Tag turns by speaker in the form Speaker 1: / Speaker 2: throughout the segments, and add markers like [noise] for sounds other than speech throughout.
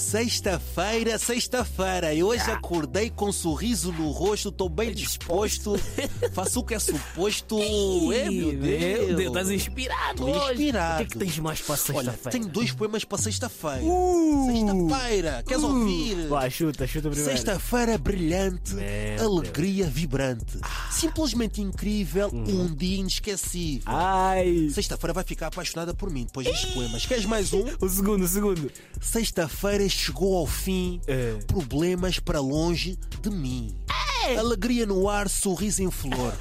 Speaker 1: Sexta-feira, sexta-feira, e hoje acordei com um sorriso no rosto, estou bem disposto, faço o que é
Speaker 2: [laughs]
Speaker 1: suposto. é, meu Deus.
Speaker 2: Meu Deus, estás inspirado
Speaker 1: Tô
Speaker 2: hoje.
Speaker 1: inspirado.
Speaker 2: O que é que tens mais para
Speaker 1: Olha,
Speaker 2: sexta-feira?
Speaker 1: tenho dois poemas para sexta-feira.
Speaker 2: Uh!
Speaker 1: Sexta-feira, queres ouvir?
Speaker 2: Vai, chuta, chuta primeiro.
Speaker 1: Sexta-feira brilhante,
Speaker 2: Meu Ah.
Speaker 1: alegria vibrante, simplesmente incrível,
Speaker 2: Uhum.
Speaker 1: um dia inesquecível.
Speaker 2: Ai.
Speaker 1: Sexta-feira vai ficar apaixonada por mim depois dos poemas. Queres mais
Speaker 2: [laughs]
Speaker 1: um?
Speaker 2: O segundo, o segundo.
Speaker 1: Sexta-feira chegou ao fim,
Speaker 2: É.
Speaker 1: problemas para longe de mim. Alegria no ar, sorriso em
Speaker 2: [laughs]
Speaker 1: flor.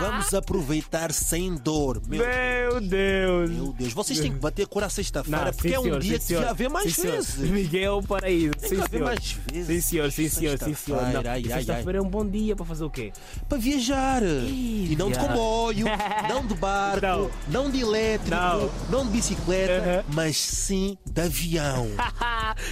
Speaker 1: Vamos aproveitar sem dor. Meu,
Speaker 2: Meu Deus.
Speaker 1: meu Deus, vocês têm que bater cor à sexta-feira
Speaker 2: sim,
Speaker 1: porque é um
Speaker 2: senhor,
Speaker 1: dia
Speaker 2: sim,
Speaker 1: que
Speaker 2: senhor.
Speaker 1: já vê mais
Speaker 2: Sim, senhor.
Speaker 1: vezes.
Speaker 2: Miguel Paraíso. Sim,
Speaker 1: que haver
Speaker 2: senhor.
Speaker 1: mais vezes.
Speaker 2: Sim, senhor, sim, senhor, sim, senhor. Não,
Speaker 1: Sexta-feira, ai, ai, ai.
Speaker 2: Sexta-feira é um bom dia para fazer o quê? [laughs]
Speaker 1: Para viajar. E não de
Speaker 2: viagem. [laughs]
Speaker 1: comboio, não de barco, não,
Speaker 2: Não.
Speaker 1: de elétrico, não,
Speaker 2: Não.
Speaker 1: de bicicleta,
Speaker 2: Uhum.
Speaker 1: mas sim de
Speaker 2: [laughs]
Speaker 1: avião.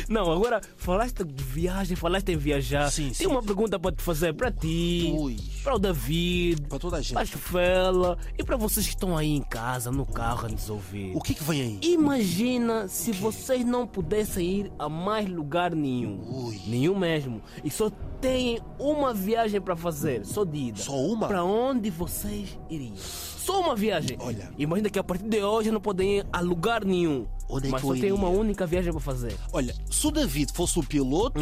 Speaker 2: Não, agora falaste de viagem, falaste em viajar.
Speaker 1: Sim,
Speaker 2: Tem
Speaker 1: sim.
Speaker 2: uma pergunta para te fazer para ti,
Speaker 1: Ui.
Speaker 2: para o David,
Speaker 1: Para toda a gente.
Speaker 2: para a Chufela e para vocês que estão aí em casa, no carro, a nos ouvir.
Speaker 1: O que que vem aí?
Speaker 2: Imagina se vocês não pudessem ir a mais lugar nenhum.
Speaker 1: Ui.
Speaker 2: Nenhum mesmo. E só têm uma viagem para fazer, só de ida.
Speaker 1: Só uma?
Speaker 2: Para onde vocês iriam? Só uma viagem.
Speaker 1: Olha.
Speaker 2: Imagina que a partir de hoje não podem ir a lugar nenhum.
Speaker 1: Onde é
Speaker 2: mas
Speaker 1: que
Speaker 2: só
Speaker 1: eu
Speaker 2: tem
Speaker 1: iria?
Speaker 2: uma única viagem para fazer.
Speaker 1: Olha, se o David fosse o piloto,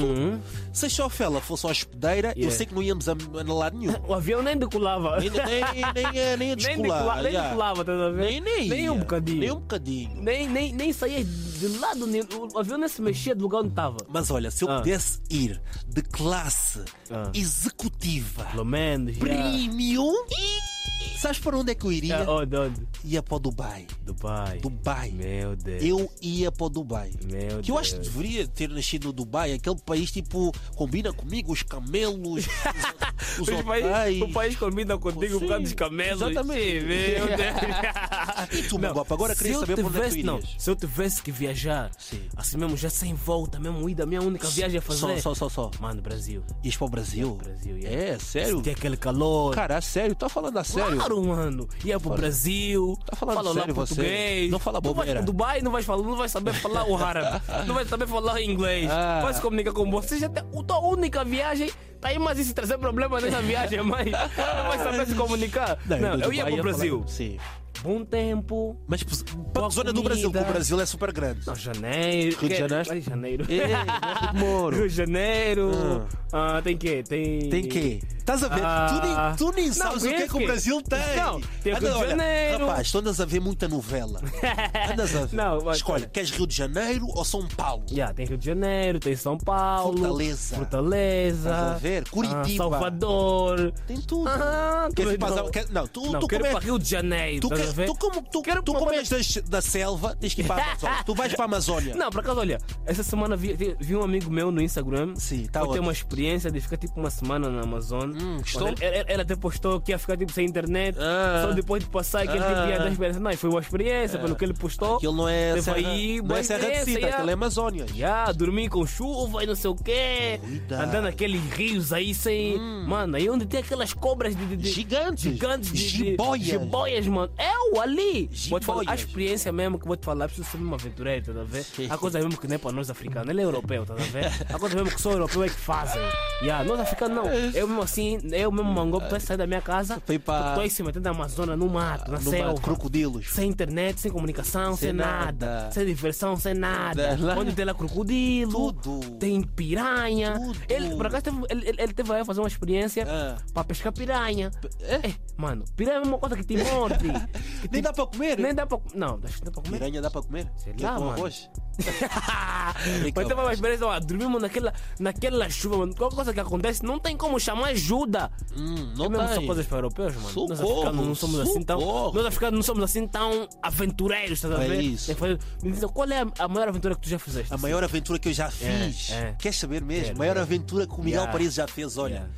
Speaker 1: se a Chofela fosse a hospedeira, eu
Speaker 2: Uhum. Yeah.
Speaker 1: sei que não íamos a, a lado nenhum.
Speaker 2: O avião nem decolava.
Speaker 1: Nem, nem, nem, nem, nem a
Speaker 2: [laughs] Nem
Speaker 1: descolar.
Speaker 2: decolava, nem
Speaker 1: yeah.
Speaker 2: decolava, estás a ver?
Speaker 1: Nem, nem, ia.
Speaker 2: um bocadinho.
Speaker 1: Nem um bocadinho.
Speaker 2: Nem, nem, nem saía de lado nenhum. O avião nem se mexia do lugar onde estava.
Speaker 1: Mas olha, se eu
Speaker 2: Ah.
Speaker 1: pudesse ir de classe
Speaker 2: Ah.
Speaker 1: executiva,
Speaker 2: Pelo menos. Yeah.
Speaker 1: premium, sabes para onde é que eu iria?
Speaker 2: Yeah, onde, onde?
Speaker 1: Ia para o Dubai.
Speaker 2: Dubai.
Speaker 1: Dubai.
Speaker 2: Ah, oh. Meu Deus.
Speaker 1: Eu ia para o Dubai.
Speaker 2: Meu
Speaker 1: que eu acho que
Speaker 2: Deus.
Speaker 1: deveria ter nascido no Dubai, aquele país tipo, combina comigo, os
Speaker 2: [laughs]
Speaker 1: camelos, os, os
Speaker 2: Os país-
Speaker 1: hotéis.
Speaker 2: o país combina contigo por causa dos camelos.
Speaker 1: Exatamente. [laughs]
Speaker 2: Meu Deus.
Speaker 1: Ah, E tu, meu guapo, agora
Speaker 2: se
Speaker 1: queria
Speaker 2: eu
Speaker 1: saber por onde é que tu
Speaker 2: tivesse- não,
Speaker 1: irias.
Speaker 2: Se eu tivesse que viajar,
Speaker 1: Sim.
Speaker 2: assim mesmo, já sem volta, mesmo ida, a minha única viagem a
Speaker 1: Só,
Speaker 2: fazer.
Speaker 1: só, só, só.
Speaker 2: Mano, Brasil.
Speaker 1: Ias para o Brasil?
Speaker 2: Brasil,
Speaker 1: É, sério?
Speaker 2: Tem aquele calor.
Speaker 1: Cara, é sério? Tá falando a sério?
Speaker 2: Claro, mano. Ia pro Brasil.
Speaker 1: Tá falando
Speaker 2: fala
Speaker 1: sério
Speaker 2: lá
Speaker 1: você?
Speaker 2: português.
Speaker 1: Não fala
Speaker 2: Tu vais
Speaker 1: bobeira.
Speaker 2: pro Dubai, não vais falar, não vais saber falar o
Speaker 1: [laughs]
Speaker 2: árabe. não vais saber falar inglês.
Speaker 1: Ah.
Speaker 2: Vai se comunicar com vocês. Até a tua única viagem. Tá aí, mas isso trazer
Speaker 1: [laughs]
Speaker 2: problemas nessa viagem, mãe. Não vais saber se comunicar. Não,
Speaker 1: no
Speaker 2: eu ia
Speaker 1: Dubai
Speaker 2: pro Brasil.
Speaker 1: falar- Sim.
Speaker 2: Bom tempo.
Speaker 1: Mas pos- para a
Speaker 2: Boa
Speaker 1: zona do Brasil, porque
Speaker 2: comida.
Speaker 1: o Brasil é super grande.
Speaker 2: Não, [laughs] né? janeiro.
Speaker 1: Rio de Janeiro?
Speaker 2: Ai, janeiro.
Speaker 1: Ei, não demoro.
Speaker 2: [laughs] Rio de Janeiro. Ah, tem que Tem.
Speaker 1: Tem que. Estás a ver?
Speaker 2: Ah.
Speaker 1: tu nem, tu nem
Speaker 2: Não,
Speaker 1: sabes o que é que o
Speaker 2: porque-
Speaker 1: Brasil tem.
Speaker 2: Não, tem
Speaker 1: Anda,
Speaker 2: Rio de
Speaker 1: olha,
Speaker 2: Janeiro.
Speaker 1: Rapaz, tu andas a ver muita novela. Andas a ver.
Speaker 2: Não, mas-
Speaker 1: Escolhe, queres Rio de Janeiro ou São Paulo?
Speaker 2: Já, tem Rio de Janeiro, tem São Paulo,
Speaker 1: Fortaleza.
Speaker 2: Fortaleza,
Speaker 1: Estás a ver? Curitiba.
Speaker 2: ah, Salvador.
Speaker 1: Tem tudo.
Speaker 2: Ah,
Speaker 1: Queres
Speaker 2: doido.
Speaker 1: ir para as- quer- Não, tu,
Speaker 2: Não,
Speaker 1: tu
Speaker 2: quero
Speaker 1: como é-
Speaker 2: para Rio de Janeiro,
Speaker 1: Tu,
Speaker 2: estás a
Speaker 1: que,
Speaker 2: ver?
Speaker 1: tu como, tu,
Speaker 2: Quero
Speaker 1: tu
Speaker 2: uma
Speaker 1: como
Speaker 2: coisa-
Speaker 1: és das- da selva, tens que ir para a
Speaker 2: [laughs]
Speaker 1: Amazônia. tu vais para a Amazônia.
Speaker 2: Não, por acaso, olha, essa semana vi, vi- vi um amigo meu no Instagram.
Speaker 1: Sim, tá
Speaker 2: foi ter
Speaker 1: ótimo.
Speaker 2: uma experiência de ficar tipo uma semana na Amazônia.
Speaker 1: Hum, gostou?
Speaker 2: Ele, ele- ele até postou que ia ficar tipo sem internet.
Speaker 1: Ah.
Speaker 2: Só depois de passar que ele
Speaker 1: Ah.
Speaker 2: tipo, ia dar experiência. Não, e foi uma experiência, pelo que ele postou.
Speaker 1: Aquilo não é
Speaker 2: Teve
Speaker 1: serra,
Speaker 2: aí,
Speaker 1: não é
Speaker 2: boa
Speaker 1: serra de
Speaker 2: experiência,
Speaker 1: Cita,
Speaker 2: yeah.
Speaker 1: aquilo é Amazônia.
Speaker 2: Já, dormi com chuva e não sei o quê.
Speaker 1: Cuidado. Hum.
Speaker 2: Andando naqueles rios aí sem. Mano, aí onde tem aquelas cobras de. de- de-
Speaker 1: Gigantes.
Speaker 2: Gigantes de. de-
Speaker 1: Jiboias.
Speaker 2: jiboias, mano. É o ali. Vou te falar, a
Speaker 1: Jiboias.
Speaker 2: experiência mesmo que vou te falar, é preciso ser mesmo aventureiro, tá a ver?
Speaker 1: Sim.
Speaker 2: A coisa mesmo que não é pra nós africanos, ele é europeu, tá a ver? A coisa mesmo que só europeu é que fazem. Já, nós africanos não.
Speaker 1: É
Speaker 2: Eu mesmo assim, eu mesmo mangou, pra sair da minha casa.
Speaker 1: Foi pra-
Speaker 2: porque Tô em cima, dentro da Amazônia, no mato, na
Speaker 1: No
Speaker 2: selva.
Speaker 1: mar de crocodilos.
Speaker 2: Sem internet, sem comunicação, sem,
Speaker 1: Sem
Speaker 2: nada.
Speaker 1: nada.
Speaker 2: Sem diversão, sem nada.
Speaker 1: Lá-
Speaker 2: Onde tem lá crocodilo,
Speaker 1: Tudo.
Speaker 2: tem piranha.
Speaker 1: Tudo.
Speaker 2: Ele, por acaso, teve, ele, ele- ele teve aí a fazer uma experiência
Speaker 1: Ah.
Speaker 2: para pescar piranha.
Speaker 1: É?
Speaker 2: É, mano, piranha é uma coisa que te
Speaker 1: [laughs]
Speaker 2: morde. que
Speaker 1: Nem
Speaker 2: te-
Speaker 1: dá para comer.
Speaker 2: nem dá pra. Não, acho que dá pra comer.
Speaker 1: Piranha dá para comer?
Speaker 2: Sei
Speaker 1: Que
Speaker 2: lá,
Speaker 1: com
Speaker 2: mano.
Speaker 1: arroz?
Speaker 2: [laughs] Mas teve uma experiência, ó, dormimos naquela, naquela chuva, mano. Qualquer coisa que acontece, não tem como chamar ajuda.
Speaker 1: Hum, não
Speaker 2: É mesmo são
Speaker 1: tem.
Speaker 2: coisas para europeus, mano. nós
Speaker 1: Socorro,
Speaker 2: africanos não somos assim tão.
Speaker 1: socorro.
Speaker 2: Nós africanos não somos assim tão aventureiros, estás a
Speaker 1: É
Speaker 2: ver?
Speaker 1: isso.
Speaker 2: Tem que fazer- Me diz, qual é a, a maior aventura que tu já fizeste?
Speaker 1: A maior aventura que eu já fiz.
Speaker 2: é.
Speaker 1: Queres saber mesmo?
Speaker 2: Quero,
Speaker 1: maior
Speaker 2: quero.
Speaker 1: aventura que o Miguel
Speaker 2: Yeah.
Speaker 1: Paris já fez, olha.
Speaker 2: Yeah.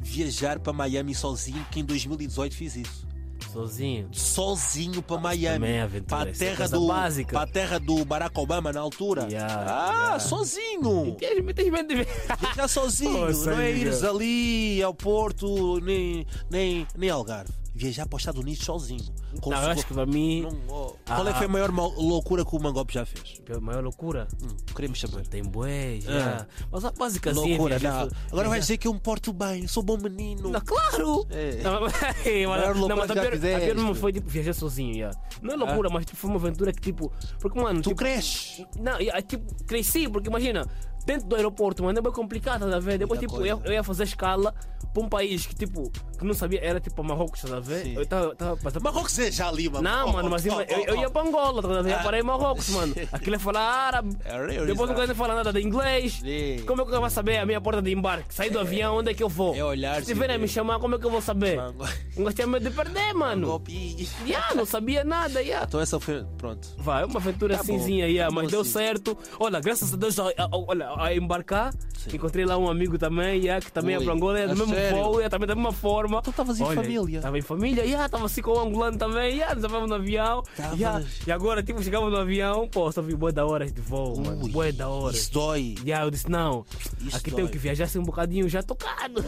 Speaker 1: Viajar para Miami sozinho, que em 2018 fiz isso.
Speaker 2: Sozinho.
Speaker 1: sozinho para Miami,
Speaker 2: também é aventura,
Speaker 1: para a
Speaker 2: isso é
Speaker 1: terra
Speaker 2: coisa
Speaker 1: do
Speaker 2: básica.
Speaker 1: para a terra do Barack Obama na altura.
Speaker 2: Yeah,
Speaker 1: ah,
Speaker 2: yeah.
Speaker 1: sozinho.
Speaker 2: Tens tens medo de ver.
Speaker 1: Viajar sozinho,
Speaker 2: Nossa,
Speaker 1: não é
Speaker 2: Miguel.
Speaker 1: ires ali ao Porto nem nem nem Algarve. viajar para os Estados Unidos sozinho. Com
Speaker 2: Não, eu acho que para mim,
Speaker 1: Não, oh, Qual é
Speaker 2: Ah,
Speaker 1: que foi a maior mal- loucura que o Mangope já fez?
Speaker 2: a maior loucura.
Speaker 1: Hum, queremos saber.
Speaker 2: Tem bué, já. Mas a básica assim é
Speaker 1: Loucura,
Speaker 2: viajar
Speaker 1: não.
Speaker 2: só-
Speaker 1: Agora vai dizer que eu me porto bem, sou bom menino.
Speaker 2: Não, claro!
Speaker 1: É.
Speaker 2: Não, mas- [laughs] Ei, mano,
Speaker 1: Maior loucura
Speaker 2: não,
Speaker 1: que
Speaker 2: mas a
Speaker 1: já
Speaker 2: pior, a pior
Speaker 1: fizeste. Ah.
Speaker 2: não foi tipo viajar sozinho, já. Não é loucura, mas tipo, foi uma aventura que tipo. Porque, mano,
Speaker 1: Tu
Speaker 2: tipo,
Speaker 1: cresces.
Speaker 2: Não, eu, tipo, cresci, porque imagina, dentro do aeroporto, mano, é bem complicado, tá a ver? Depois,
Speaker 1: Muita
Speaker 2: tipo, eu,
Speaker 1: coisa.
Speaker 2: eu ia fazer escala para um país que, tipo, que não sabia, era tipo Marrocos, tá a ver?
Speaker 1: Sim.
Speaker 2: Eu tava, tava passando.
Speaker 1: Mas qual que seja ali, mano?
Speaker 2: Não, mano, mas ima- eu, eu ia para Angola, tá a ver? Eu parei em Marrocos,
Speaker 1: [laughs]
Speaker 2: mano. Aquilo é falar árabe,
Speaker 1: Ah. É, é, é,
Speaker 2: depois não
Speaker 1: é.
Speaker 2: quero falar nada de inglês.
Speaker 1: Sim.
Speaker 2: Como é que eu vou saber a minha porta de embarque? Sair do avião, onde é que eu vou?
Speaker 1: É olhar,
Speaker 2: Se tiverem a
Speaker 1: sim,
Speaker 2: me
Speaker 1: é.
Speaker 2: chamar, como é que eu vou saber?
Speaker 1: Mango-
Speaker 2: Não gostei medo de perder, mano.
Speaker 1: Mangope.
Speaker 2: Yeah, não sabia nada, yeah.
Speaker 1: Então essa foi. Pronto.
Speaker 2: Vai, uma aventura
Speaker 1: Tá
Speaker 2: cinzinha,
Speaker 1: bom,
Speaker 2: yeah,
Speaker 1: tá
Speaker 2: mas
Speaker 1: bom,
Speaker 2: deu
Speaker 1: sim.
Speaker 2: certo. Olha, graças a Deus, a, a- a- olha, a embarcar,
Speaker 1: Sim.
Speaker 2: encontrei lá um amigo também, yeah, que também é
Speaker 1: Ui,
Speaker 2: para Angola, é do
Speaker 1: a
Speaker 2: mesmo
Speaker 1: sério?
Speaker 2: voo, yeah, também da mesma forma.
Speaker 1: Tu estavas em família.
Speaker 2: Estava em família, yeah, estava assim com o angolano também, yeah, nós estávamos no avião.
Speaker 1: Tavas.
Speaker 2: yeah, e agora, tipo, chegamos no avião, pô, só vi boa da hora de voo, mano,
Speaker 1: Ui,
Speaker 2: boa da hora.
Speaker 1: Isso dói.
Speaker 2: Yeah, eu disse, não,
Speaker 1: Isso
Speaker 2: aqui
Speaker 1: dói.
Speaker 2: tenho que viajar assim um bocadinho já tocado.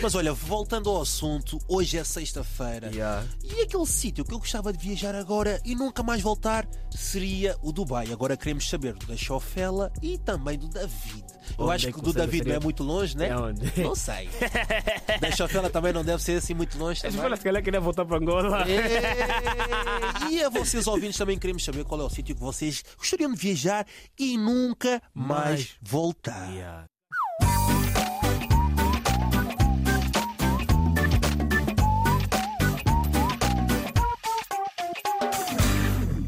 Speaker 1: Mas olha, voltando ao assunto, hoje é sexta-feira.
Speaker 2: Yeah.
Speaker 1: E aquele sítio que eu gostava de viajar agora e nunca mais voltar seria o Dubai. Agora queremos saber da Chofela e também do David. Eu
Speaker 2: Onde
Speaker 1: acho
Speaker 2: é
Speaker 1: que
Speaker 2: que
Speaker 1: o do
Speaker 2: você
Speaker 1: David não é
Speaker 2: gostaria?
Speaker 1: muito longe, né?
Speaker 2: [laughs] É onde?
Speaker 1: Não
Speaker 2: [laughs]
Speaker 1: sei. da Chofela também não deve ser assim muito longe.
Speaker 2: Mas
Speaker 1: também.
Speaker 2: olha, se calhar queria voltar para Angola. [laughs]
Speaker 1: É, E a vocês ouvintes também queremos saber qual é o sítio que vocês gostariam de viajar e nunca mais
Speaker 2: Mais.
Speaker 1: voltar.
Speaker 2: Yeah.